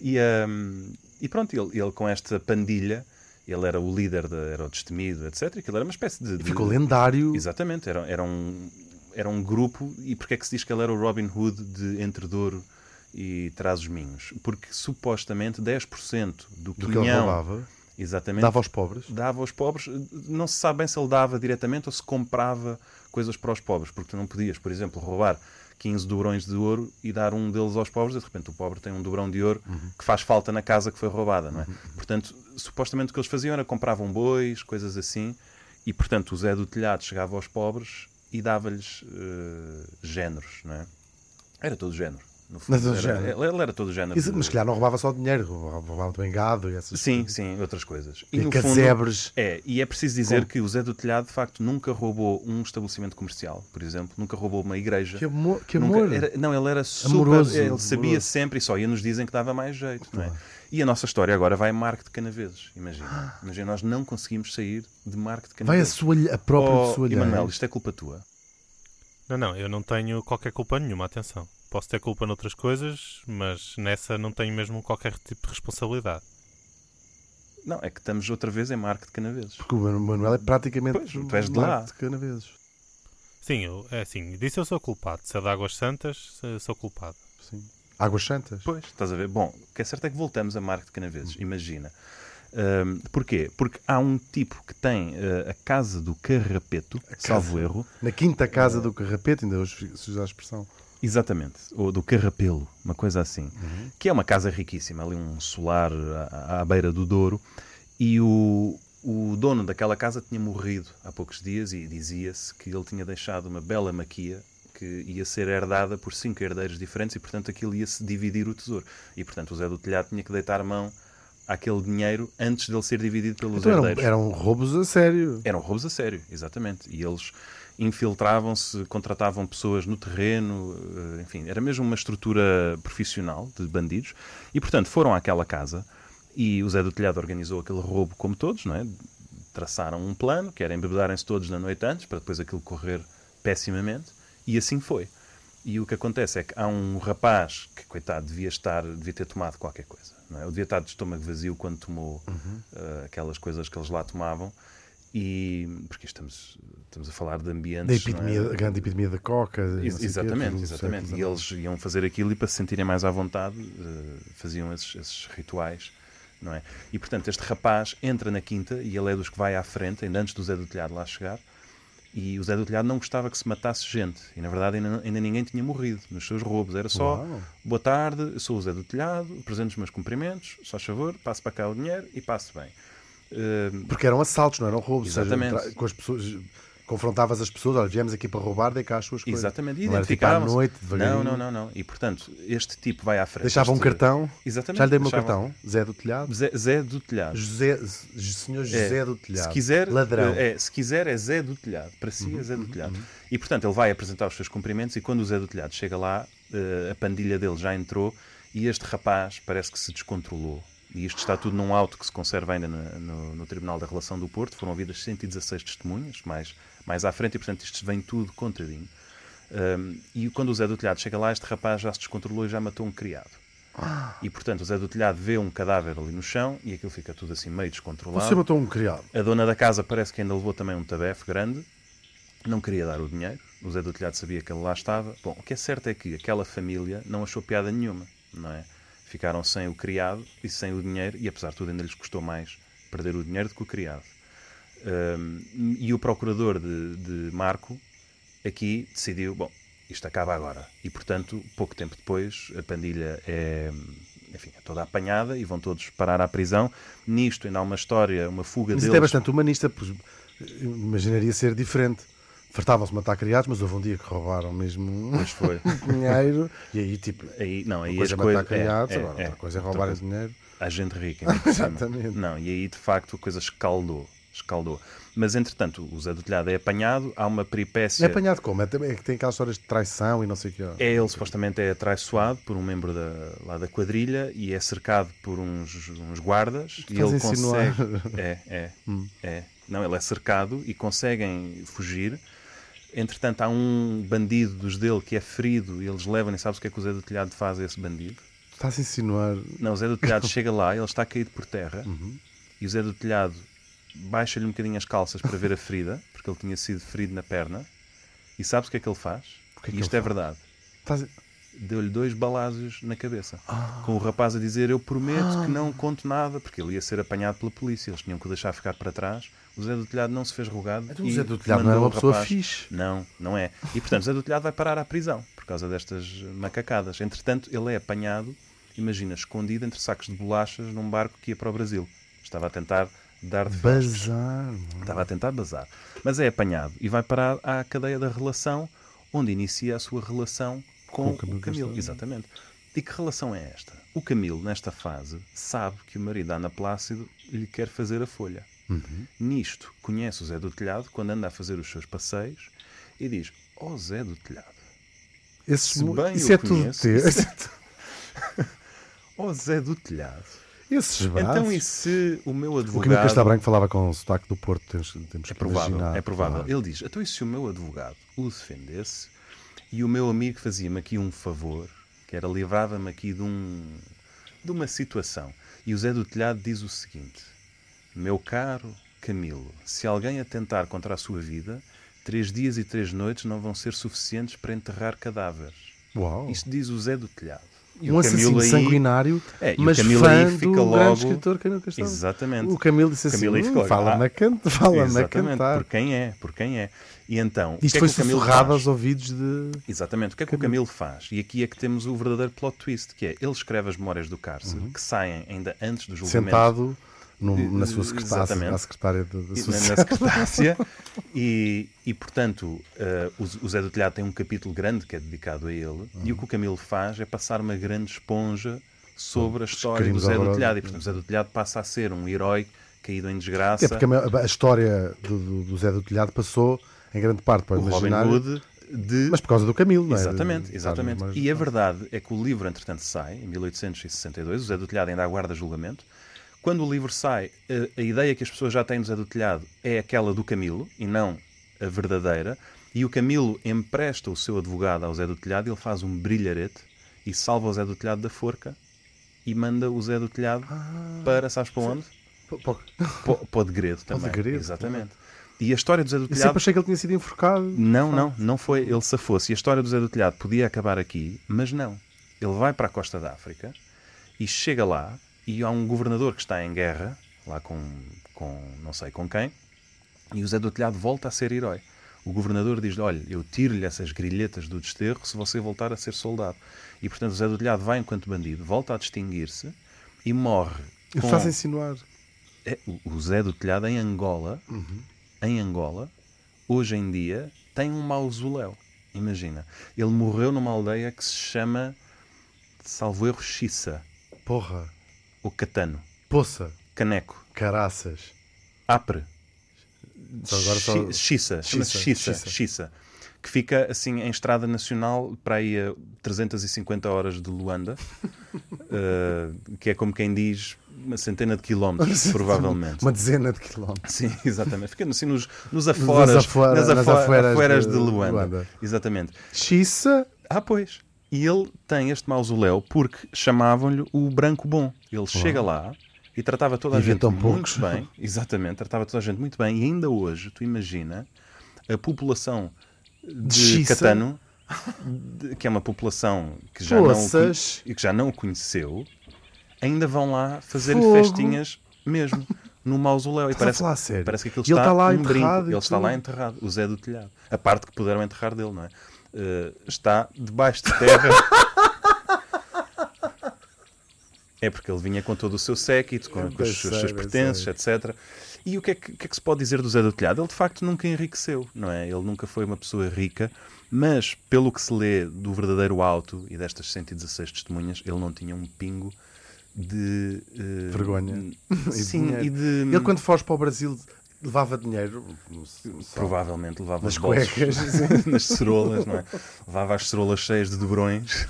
Speaker 2: e, hum, e pronto, ele, ele com esta pandilha, ele era o líder, da, era o destemido, etc. E ele era uma espécie de. de-
Speaker 3: Ficou lendário.
Speaker 2: Exatamente, era, era, um, era um grupo. E porque é que se diz que ele era o Robin Hood de Entre Douro e Trás-os-Minhos? Porque supostamente 10% do,
Speaker 3: Do que ele
Speaker 2: quinhão-
Speaker 3: roubava.
Speaker 2: Exatamente
Speaker 3: Dava aos pobres.
Speaker 2: dava aos pobres, não se sabe bem se ele dava diretamente ou se comprava coisas para os pobres, porque tu não podias, por exemplo, roubar 15 dobrões de ouro e dar um deles aos pobres, e de repente o pobre tem um dobrão de ouro
Speaker 3: Uhum.
Speaker 2: que faz falta na casa que foi roubada, não é? Portanto, supostamente o que eles faziam era compravam bois, coisas assim, e portanto o Zé do Telhado chegava aos pobres e dava-lhes eh, géneros, não é? Era todo género. No fundo,
Speaker 3: Mas todo
Speaker 2: era-
Speaker 3: género.
Speaker 2: Ele ele era todo género.
Speaker 3: Isso-
Speaker 2: de-
Speaker 3: Mas um se calhar não roubava só dinheiro, roubava roubava também gado e essas
Speaker 2: Sim, sim, outras coisas.
Speaker 3: E
Speaker 2: no
Speaker 3: Uhum. casebres.
Speaker 2: fundo, é, e é preciso dizer que o Zé do Telhado, de facto, nunca roubou um estabelecimento comercial, por exemplo, nunca roubou uma igreja.
Speaker 3: Que amor! Que
Speaker 2: Nunca-
Speaker 3: amor.
Speaker 2: era- não, ele era super.
Speaker 3: Amoroso,
Speaker 2: ele sabia
Speaker 3: amoroso.
Speaker 2: sempre e só ia nos dizem que dava mais jeito, não é? E a nossa história agora vai a Marco de Canaveses, imagina. Imagina, nós não conseguimos sair de Marco de
Speaker 3: Vai a,
Speaker 2: Canaveses.
Speaker 3: sua, a própria
Speaker 2: Oh,
Speaker 3: sua
Speaker 2: Emanuel, isto é culpa tua.
Speaker 4: Não, não, eu não tenho qualquer culpa nenhuma, atenção. Posso ter culpa noutras coisas, mas nessa não tenho mesmo qualquer tipo de responsabilidade.
Speaker 2: Não, é que estamos outra vez em Marco de Canaveses.
Speaker 3: Porque o Manuel é praticamente
Speaker 2: Pois, tu és de lá.
Speaker 3: de canaveses.
Speaker 4: Sim, eu, é assim, disso eu sou culpado. Se é de Águas Santas, eh, sou culpado.
Speaker 3: Sim. Águas Santas.
Speaker 2: Pois, estás a ver? Bom, o que é certo é que voltamos a Marco de Canaveses, imagina. Ahm, porquê? Porque há um tipo que tem eh, a casa do Carrapeto, salvo erro,
Speaker 3: Na quinta casa do Carrapeto, ainda hoje se usa a expressão.
Speaker 2: Exatamente, ou do Carrapelo, uma coisa assim, que é uma casa riquíssima, ali um solar à, à beira do Douro, e o, o dono daquela casa tinha morrido há poucos dias e dizia-se que ele tinha deixado uma bela maquia que ia ser herdada por cinco herdeiros diferentes e, portanto, aquilo ia-se dividir o tesouro. E, portanto, o Zé do Telhado tinha que deitar mão àquele dinheiro antes dele ser dividido pelos
Speaker 3: Então eram,
Speaker 2: herdeiros.
Speaker 3: eram roubos a sério.
Speaker 2: Eram roubos um a sério, exatamente. E eles infiltravam-se, contratavam pessoas no terreno, eh, enfim, era mesmo uma estrutura profissional de bandidos. E, portanto, foram àquela casa e o Zé do Telhado organizou aquele roubo como todos, não é? Traçaram um plano, que era embebedarem-se todos na noite antes, para depois aquilo correr pessimamente, e assim foi. E o que acontece é que há um rapaz que, coitado, devia estar, devia ter tomado qualquer coisa. Não é? Ele devia estar de estômago vazio quando tomou
Speaker 3: Uhum.
Speaker 2: eh, aquelas coisas que eles lá tomavam. E, porque estamos, estamos a falar de ambientes.
Speaker 3: Da
Speaker 2: não é?
Speaker 3: epidemia, a grande epidemia da coca. não sei o
Speaker 2: Ex-
Speaker 3: quê,
Speaker 2: exatamente,
Speaker 3: tudo,
Speaker 2: exatamente.
Speaker 3: certo,
Speaker 2: E eles iam fazer aquilo e para se sentirem mais à vontade eh, faziam esses, esses rituais, não é? E portanto este rapaz entra na quinta e ele é dos que vai à frente, ainda antes do Zé do Telhado lá chegar. E o Zé do Telhado não gostava que se matasse gente. E na verdade ainda, ainda ninguém tinha morrido nos seus roubos. Era só,
Speaker 3: Uau.
Speaker 2: boa tarde, eu sou o Zé do Telhado, apresento os meus cumprimentos, só favor, passe para cá o dinheiro e passe bem. Eh,
Speaker 3: Porque eram assaltos, não eram roubos. ou seja,
Speaker 2: Exatamente.
Speaker 3: tra- com as pessoas, confrontavas as pessoas, olha, viemos aqui para roubar, dei cá as suas coisas.
Speaker 2: Exatamente,
Speaker 3: Não era tipo à
Speaker 2: identificavam-se.
Speaker 3: noite,
Speaker 2: não,
Speaker 3: devagarinho.
Speaker 2: não, não, não. E portanto, este tipo vai à frente.
Speaker 3: Deixava um
Speaker 2: Este-
Speaker 3: cartão.
Speaker 2: Exatamente.
Speaker 3: Já lhe dei o meu
Speaker 2: deixava-
Speaker 3: cartão. Zé do Telhado.
Speaker 2: Zé, Zé do Telhado.
Speaker 3: José, Z- senhor
Speaker 2: É,
Speaker 3: José do Telhado.
Speaker 2: Se quiser,
Speaker 3: Ladrão. Uhum,
Speaker 2: É, se quiser é Zé do Telhado. Para si é Zé do Telhado. E portanto ele vai apresentar os seus cumprimentos e quando o Zé do Telhado chega lá, eh, a pandilha dele já entrou e este rapaz parece que se descontrolou. E isto está tudo num auto que se conserva ainda na- no, no Tribunal da Relação do Porto. Foram ouvidas 116 testemunhas, mais, mais à frente, e portanto isto vem tudo contadinho. Um, e quando o Zé do Telhado chega lá, este rapaz já se descontrolou e já matou um criado.
Speaker 3: Ah.
Speaker 2: E portanto o Zé do Telhado vê um cadáver ali no chão e aquilo fica tudo assim meio descontrolado.
Speaker 3: Você matou um criado.
Speaker 2: A dona da casa parece que ainda levou também um tabefe grande. Não queria dar o dinheiro. O Zé do Telhado sabia que ele lá estava. Bom, o que é certo é que aquela família não achou piada nenhuma, não é? Ficaram sem o criado e sem o dinheiro e, apesar de tudo, ainda lhes custou mais perder o dinheiro do que o criado. Ahm, e o procurador de, de Marco aqui decidiu, bom, isto acaba agora. E, portanto, pouco tempo depois, a pandilha é, enfim, é toda apanhada e vão todos parar à prisão. Nisto ainda há uma história, uma fuga
Speaker 3: Mas
Speaker 2: deles.
Speaker 3: isto é bastante humanista, pois imaginaria ser diferente. Fartavam-se de matar criados, mas houve um dia que roubaram mesmo um
Speaker 2: Mas foi.
Speaker 3: dinheiro. E aí, tipo,
Speaker 2: Aí, não, aí
Speaker 3: uma coisa é
Speaker 2: as
Speaker 3: matar
Speaker 2: coisas...
Speaker 3: criados,
Speaker 2: é, é,
Speaker 3: agora
Speaker 2: é.
Speaker 3: outra coisa é roubar dinheiro.
Speaker 2: a gente rica. ainda por cima.
Speaker 3: Exatamente.
Speaker 2: Não, e aí de facto a coisa escaldou. Escaldou. Mas entretanto, o Zé do Telhado é apanhado, há uma peripécia.
Speaker 3: É apanhado como? É, também- é que tem aquelas histórias de traição e não sei o que. ó.
Speaker 2: É, ele supostamente é atraiçoado por um membro da, lá da quadrilha e é cercado por uns, uns guardas e
Speaker 3: Estás
Speaker 2: ele
Speaker 3: a insinuar. Hum.
Speaker 2: consegue. É, é, é. Não, ele é cercado e conseguem fugir. Entretanto, há um bandido dos dele que é ferido e eles levam, nem sabes o que é que o Zé do Telhado faz a esse bandido.
Speaker 3: Está-se a insinuar.
Speaker 2: Não, o Zé do Telhado chega lá, ele está caído por terra
Speaker 3: Uhum.
Speaker 2: e o Zé do Telhado baixa-lhe um bocadinho as calças para ver a ferida, porque ele tinha sido ferido na perna. E sabes o que é que ele faz?
Speaker 3: que é
Speaker 2: e
Speaker 3: que
Speaker 2: isto
Speaker 3: ele
Speaker 2: é verdade.
Speaker 3: Estás a-
Speaker 2: Deu-lhe dois balazos na cabeça,
Speaker 3: Ah.
Speaker 2: com o rapaz a dizer: Eu prometo que não conto nada, porque ele ia ser apanhado pela polícia, eles tinham que o deixar ficar para trás. O Zé do Telhado não se fez rogado.
Speaker 3: Então, o
Speaker 2: e
Speaker 3: Zé do Telhado não
Speaker 2: mandou
Speaker 3: era uma
Speaker 2: o
Speaker 3: pessoa
Speaker 2: rapaz-
Speaker 3: fixe.
Speaker 2: Não, não é. E portanto, o Zé do Telhado vai parar à prisão por causa destas macacadas. Entretanto, ele é apanhado, imagina, escondido entre sacos de bolachas num barco que ia para o Brasil. Estava a tentar dar de
Speaker 3: Bazar, mano.
Speaker 2: Estava a tentar bazar. Mas é apanhado e vai parar à cadeia da relação, onde inicia a sua relação com, o Camilo. Exatamente. E que relação é esta? O Camilo, nesta fase, sabe que o marido Ana Plácido lhe quer fazer a folha. Uhum. Nisto, conhece o Zé do Telhado quando anda a fazer os seus passeios e diz: Ó Zé do Telhado,
Speaker 3: Esses
Speaker 2: Se
Speaker 3: mo-
Speaker 2: bem
Speaker 3: Isso
Speaker 2: eu
Speaker 3: é tudo
Speaker 2: conheço,
Speaker 3: teu.
Speaker 2: isso é ó Zé do Telhado.
Speaker 3: Esses braços.
Speaker 2: Então, e se o meu
Speaker 3: O Camilo
Speaker 2: advogado.
Speaker 3: Castelo Branco falava com o sotaque do Porto, temos, temos
Speaker 2: É
Speaker 3: que
Speaker 2: provável,
Speaker 3: imaginar.
Speaker 2: é provável.
Speaker 3: claro.
Speaker 2: Ele diz: então, e se o meu advogado o defendesse e o meu amigo fazia-me aqui um favor, que era livrava-me aqui de, um, de uma situação? E o Zé do Telhado diz o seguinte: Meu caro Camilo, se alguém atentar contra a sua vida, três dias e três noites não vão ser suficientes para enterrar cadáveres.
Speaker 3: Uau.
Speaker 2: Isto diz o Zé do Telhado. E
Speaker 3: um
Speaker 2: o Camilo
Speaker 3: assassino
Speaker 2: aí-
Speaker 3: sanguinário,
Speaker 2: É, e o
Speaker 3: mas
Speaker 2: Camilo
Speaker 3: fã
Speaker 2: aí
Speaker 3: do
Speaker 2: fica
Speaker 3: grande
Speaker 2: logo-
Speaker 3: escritor Camilo Castelo.
Speaker 2: Exatamente.
Speaker 3: O Camilo disse assim,
Speaker 2: Camilo aí
Speaker 3: "Hum,
Speaker 2: ficou,
Speaker 3: fala-me
Speaker 2: ah,
Speaker 3: a, can... fala a
Speaker 2: Exatamente,
Speaker 3: cantar.
Speaker 2: por quem é, por quem é. E então,
Speaker 3: Isto
Speaker 2: o que
Speaker 3: foi
Speaker 2: é que o Camilo
Speaker 3: sussurrado
Speaker 2: faz?
Speaker 3: aos ouvidos de...
Speaker 2: Exatamente. O que é que o Camilo faz? E aqui é que temos o verdadeiro plot twist, que é, ele escreve as memórias do cárcere, que saem ainda antes do julgamento.
Speaker 3: Uhum. Sentado no- na sua
Speaker 2: Exatamente.
Speaker 3: secretária, na secretária da da
Speaker 2: E-
Speaker 3: sua
Speaker 2: na na secretária e, e portanto eh, o, o Zé do Telhado tem um capítulo grande que é dedicado a ele
Speaker 3: Uhum.
Speaker 2: e o que o Camilo faz é passar uma grande esponja sobre a história do
Speaker 3: crimes
Speaker 2: Zé do
Speaker 3: horrorosos.
Speaker 2: Telhado e portanto o Zé do Telhado passa a ser um herói caído em
Speaker 3: É
Speaker 2: desgraça
Speaker 3: porque a, maior- a história do, do- do Zé do Telhado passou em grande parte para o
Speaker 2: o Robin
Speaker 3: imaginário,
Speaker 2: Hood de
Speaker 3: mas por causa do Camilo, não é?
Speaker 2: Exatamente, exatamente.
Speaker 3: Mas-
Speaker 2: E a verdade é que o livro, entretanto, sai em 1862. O Zé do Telhado ainda aguarda julgamento. Quando o livro sai, eh, a, a ideia que as pessoas já têm do Zé do Telhado é aquela do Camilo e não a verdadeira. E o Camilo empresta o seu advogado ao Zé do Telhado, ele faz um brilharete e salva o Zé do Telhado da forca e manda o Zé do Telhado
Speaker 3: Ah.
Speaker 2: para, sabes para onde?
Speaker 3: Pô, pô,
Speaker 2: Para o degredo também.
Speaker 3: degredo,
Speaker 2: Exatamente. E a história do Zé do
Speaker 3: Eu
Speaker 2: Telhado
Speaker 3: sempre achei que ele tinha sido enforcado.
Speaker 2: não, não, não foi. Ele safou-se. E a história do Zé do Telhado podia acabar aqui, mas não. Ele vai para a costa da África e chega lá e há um governador que está em guerra, lá com, com não sei com quem, e o Zé do Telhado volta a ser herói. O governador diz-lhe: Olha, eu tiro-lhe essas grilhetas do desterro se você voltar a ser soldado. E portanto o Zé do Telhado vai enquanto bandido, volta a distinguir-se e morre.
Speaker 3: Ele
Speaker 2: com-
Speaker 3: faz insinuar.
Speaker 2: é, o- o Zé do Telhado em Angola, em Angola, hoje em dia tem um mausoléu. Imagina, ele morreu numa aldeia que se chama Salvo Erro Xissa,
Speaker 3: Porra,
Speaker 2: ou Catano,
Speaker 3: poça,
Speaker 2: Caneco,
Speaker 3: caraças.
Speaker 2: Apre,
Speaker 3: Só agora
Speaker 2: Xi-
Speaker 3: só-
Speaker 2: Xissa, chama-se
Speaker 3: Xissa,
Speaker 2: Xissa,
Speaker 3: Xissa.
Speaker 2: Xissa, que fica assim em estrada nacional para aí a 350 horas de Luanda, eh, que é como quem diz uma centena de quilómetros, provavelmente.
Speaker 3: Uma dezena de quilómetros.
Speaker 2: Sim, exatamente. Ficando assim nos, nos aforas, nas,
Speaker 3: afora- nas
Speaker 2: afo-
Speaker 3: afueras
Speaker 2: afueras
Speaker 3: de-
Speaker 2: de, Luanda.
Speaker 3: Luanda.
Speaker 2: Exatamente.
Speaker 3: Xissa,
Speaker 2: Ah, pois. E ele tem este mausoléu porque chamavam-lhe o Branco Bom. Ele chega lá e tratava toda a
Speaker 3: Vivia
Speaker 2: gente
Speaker 3: tão
Speaker 2: muito
Speaker 3: poucos.
Speaker 2: bem. Exatamente, tratava toda a gente muito bem. E ainda hoje, tu imagina, a população de,
Speaker 3: Xissa.
Speaker 2: Catano, de- que é uma população que já, não, o conhe-
Speaker 3: poças.
Speaker 2: e que já não o conheceu, ainda vão lá fazer
Speaker 3: Fogo.
Speaker 2: festinhas mesmo. No mausoléu. E
Speaker 3: Estás a
Speaker 2: parece,
Speaker 3: falar a sério?
Speaker 2: parece que aquilo
Speaker 3: E ele
Speaker 2: está,
Speaker 3: está lá
Speaker 2: um
Speaker 3: enterrado
Speaker 2: brinco.
Speaker 3: e
Speaker 2: Ele está
Speaker 3: tudo?
Speaker 2: lá enterrado, o Zé do Telhado. A parte que puderam enterrar dele, não é? Eh, está debaixo de terra. é porque ele vinha com todo o seu séquito, com, com
Speaker 3: Eu
Speaker 2: os, seus-
Speaker 3: sei,
Speaker 2: seus
Speaker 3: eu
Speaker 2: pertences, etc. E o que, é que, o que é que se pode dizer do Zé do Telhado? Ele de facto nunca enriqueceu, não é? Ele nunca foi uma pessoa rica, mas pelo que se lê do verdadeiro auto e destas 116 testemunhas, ele não tinha um pingo de eh,
Speaker 3: Vergonha.
Speaker 2: Sim,
Speaker 3: dinheiro.
Speaker 2: e de.
Speaker 3: Ele quando foge para o Brasil levava dinheiro. não sei, só-
Speaker 2: Provavelmente levava
Speaker 3: Nas
Speaker 2: os bolsos,
Speaker 3: cuecas,
Speaker 2: nas cerolas, não é? Levava as cerolas cheias de dobrões.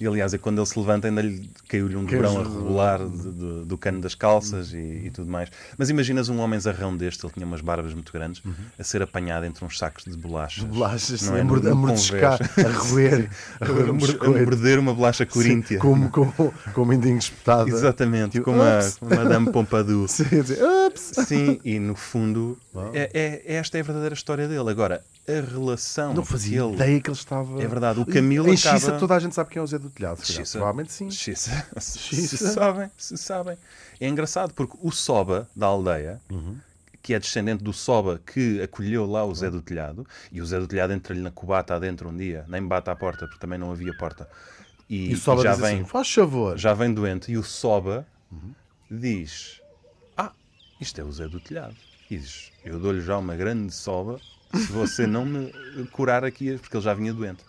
Speaker 2: E aliás, é quando ele se levanta, ainda lhe- caiu-lhe um dobrão a regular de- do, do cano das calças e, e tudo mais. Mas imaginas um homem zarrão deste, ele tinha umas barbas muito grandes,
Speaker 3: Uhum.
Speaker 2: a ser apanhado entre uns sacos de bolachas.
Speaker 3: Bolachas,
Speaker 2: não
Speaker 3: sim,
Speaker 2: é?
Speaker 3: a, morde-
Speaker 2: Num
Speaker 3: a mordiscar,
Speaker 2: convés.
Speaker 3: a roer, a roer
Speaker 2: A
Speaker 3: um
Speaker 2: mor- a
Speaker 3: biscoito.
Speaker 2: morder uma bolacha
Speaker 3: Sim,
Speaker 2: coríntia.
Speaker 3: Como com, com o mindinho espetado.
Speaker 2: Exatamente,
Speaker 3: Tipo,
Speaker 2: como a
Speaker 3: "Ups."
Speaker 2: como a Madame Pompadour.
Speaker 3: Sim, quer dizer, ups.
Speaker 2: Sim, e no fundo, é, é- esta é a verdadeira história dele. Agora, a relação
Speaker 3: Não
Speaker 2: que
Speaker 3: fazia
Speaker 2: ele
Speaker 3: ideia que ele estava.
Speaker 2: É verdade, o Camilo
Speaker 3: Em Xissa
Speaker 2: acaba-
Speaker 3: toda a gente sabe quem é o Zé do Telhado. se calhar.
Speaker 2: Xissa.
Speaker 3: Provavelmente sim.
Speaker 2: Xissa. Se-
Speaker 3: Xissa.
Speaker 2: Se sabem, se sabem. É engraçado porque o Soba da aldeia,
Speaker 3: Uhum.
Speaker 2: que é descendente do Soba que acolheu lá o Zé do Telhado, e o Zé do Telhado entra-lhe na cubata adentro um dia, nem bate à porta, porque também não havia porta. E,
Speaker 3: E o Soba
Speaker 2: já
Speaker 3: diz
Speaker 2: vem
Speaker 3: assim: faz favor.
Speaker 2: já vem doente e o Soba diz: Ah, isto é o Zé do Telhado. E diz: Eu dou-lhe já uma grande soba se você não me curar aqui, porque ele já vinha doente.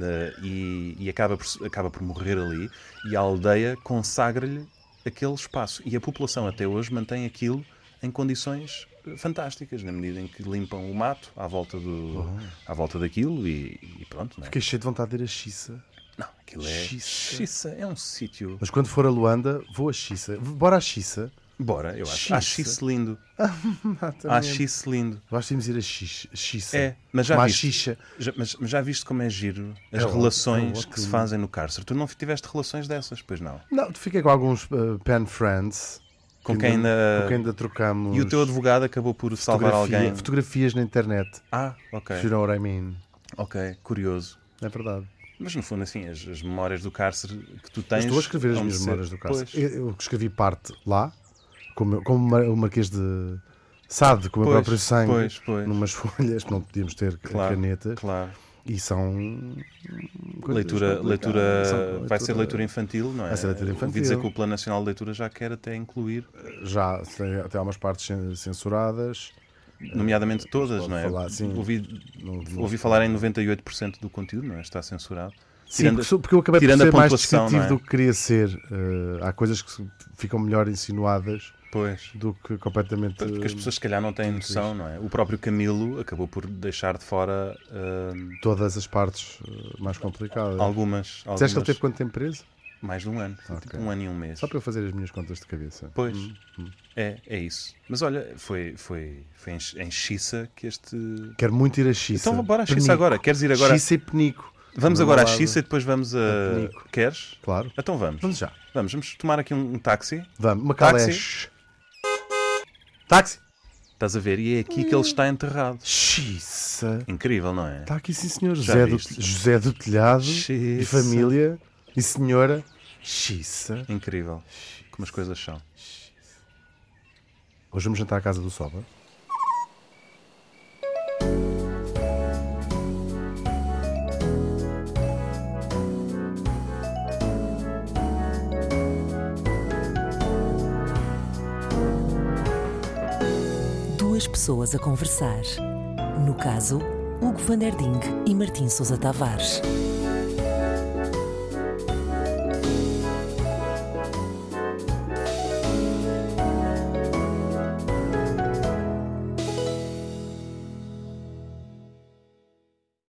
Speaker 2: Eh, e e acaba, por, se- acaba por morrer ali e a aldeia consagra-lhe aquele espaço. E a população até hoje mantém aquilo em condições eh, fantásticas, na medida em que limpam o mato à volta, do, à volta daquilo e, e pronto. Não, é?
Speaker 3: Uhum. Fiquei cheio de vontade de ir a Xissa.
Speaker 2: não, aquilo é.
Speaker 3: Xiça.
Speaker 2: Xiça é um sítio.
Speaker 3: Mas quando for a Luanda, vou a Xissa. Bora a Xissa.
Speaker 2: Bora, eu acho.
Speaker 3: Xissa.
Speaker 2: Acho-se lindo. Ah,
Speaker 3: Exatamente.
Speaker 2: Acho-se lindo.
Speaker 3: Nós temos de ir a Xis- Xissa.
Speaker 2: É, mas já
Speaker 3: Uma
Speaker 2: viste.
Speaker 3: Xixa.
Speaker 2: Já, mas, mas já viste como é giro as
Speaker 3: É ótimo,
Speaker 2: relações
Speaker 3: é
Speaker 2: que se fazem no cárcere? Tu não tiveste relações dessas, pois não?
Speaker 3: Não, fiquei com alguns eh, pen friends.
Speaker 2: Com
Speaker 3: Que
Speaker 2: quem ainda-
Speaker 3: com quem ainda trocamos.
Speaker 2: Eh, E o teu advogado acabou por salvar
Speaker 3: fotografia-
Speaker 2: alguém?
Speaker 3: Fotografias na internet.
Speaker 2: Ah,
Speaker 3: If you
Speaker 2: ok.
Speaker 3: know what I mean.
Speaker 2: Ok, curioso.
Speaker 3: É verdade.
Speaker 2: Mas no fundo, assim, as, as memórias do cárcere que tu tens.
Speaker 3: Estou a escrever as
Speaker 2: vão
Speaker 3: minhas
Speaker 2: ser-
Speaker 3: memórias do caso.
Speaker 2: Pois.
Speaker 3: Eu, eu escrevi parte lá, como, como mar- o Marquês de Sade, com o meu
Speaker 2: Pois,
Speaker 3: próprio sangue,
Speaker 2: pois, pois.
Speaker 3: numas folhas que não podíamos ter ca-
Speaker 2: Claro,
Speaker 3: caneta.
Speaker 2: Claro.
Speaker 3: E são. coisas
Speaker 2: Leitura,
Speaker 3: complicadas.
Speaker 2: leitura,
Speaker 3: São
Speaker 2: vai ser leitura infantil, não é?
Speaker 3: Vai ser leitura
Speaker 2: Ouvi
Speaker 3: infantil.
Speaker 2: dizer que o Plano Nacional de Leitura já quer até incluir,
Speaker 3: Já, tem, tem algumas partes cen- censuradas.
Speaker 2: nomeadamente todas, não é?
Speaker 3: falar, sim.
Speaker 2: ouvi,
Speaker 3: Não- não-
Speaker 2: ouvi falar em 98% do conteúdo, não é? Está censurado.
Speaker 3: Sim,
Speaker 2: Tirando-
Speaker 3: porque, sou- porque eu acabei por
Speaker 2: tirando a
Speaker 3: ser mais
Speaker 2: pontuação, não
Speaker 3: descritivo
Speaker 2: é?
Speaker 3: do que queria ser. Eh, há coisas que se- ficam melhor insinuadas
Speaker 2: Pois.
Speaker 3: do que completamente.
Speaker 2: Porque as pessoas, se calhar, não têm noção, não é? O próprio Camilo acabou por deixar de fora hum,
Speaker 3: todas as partes eh, mais complicadas.
Speaker 2: algumas. algumas
Speaker 3: Disseste que ele teve quanto tempo preso?
Speaker 2: Mais de um ano. Foi tipo
Speaker 3: Ok.
Speaker 2: um ano e um mês.
Speaker 3: Só para Hum, eu fazer as minhas contas de cabeça.
Speaker 2: Pois. É, é isso. Mas olha, foi, foi, foi em, em Xiça que este.
Speaker 3: Quero muito ir a Xissa.
Speaker 2: Então bora a Xiça
Speaker 3: Penico.
Speaker 2: agora. Queres ir agora?
Speaker 3: Xissa e Penico.
Speaker 2: Vamos
Speaker 3: Do meu
Speaker 2: agora à
Speaker 3: lado.
Speaker 2: Xiça e depois vamos
Speaker 3: A
Speaker 2: a.
Speaker 3: Penico.
Speaker 2: Queres?
Speaker 3: Claro.
Speaker 2: Então vamos.
Speaker 3: Vamos já.
Speaker 2: Vamos, vamos tomar aqui um, um táxi.
Speaker 3: Vamos. Uma
Speaker 2: Táxi.
Speaker 3: caleche. Táxi.
Speaker 2: Estás a ver? E é aqui que ele está enterrado.
Speaker 3: Xissa.
Speaker 2: Incrível, não é?
Speaker 3: Está aqui sim, senhor.
Speaker 2: Já
Speaker 3: José do,
Speaker 2: viste?
Speaker 3: José do Telhado. E
Speaker 2: Xissa.
Speaker 3: família. E senhora. Xissa.
Speaker 2: Incrível. Como as coisas são.
Speaker 3: Hoje vamos jantar à casa do Soba.
Speaker 1: Duas pessoas a conversar. No caso, Hugo Van Der Ding e Martim Sousa Tavares.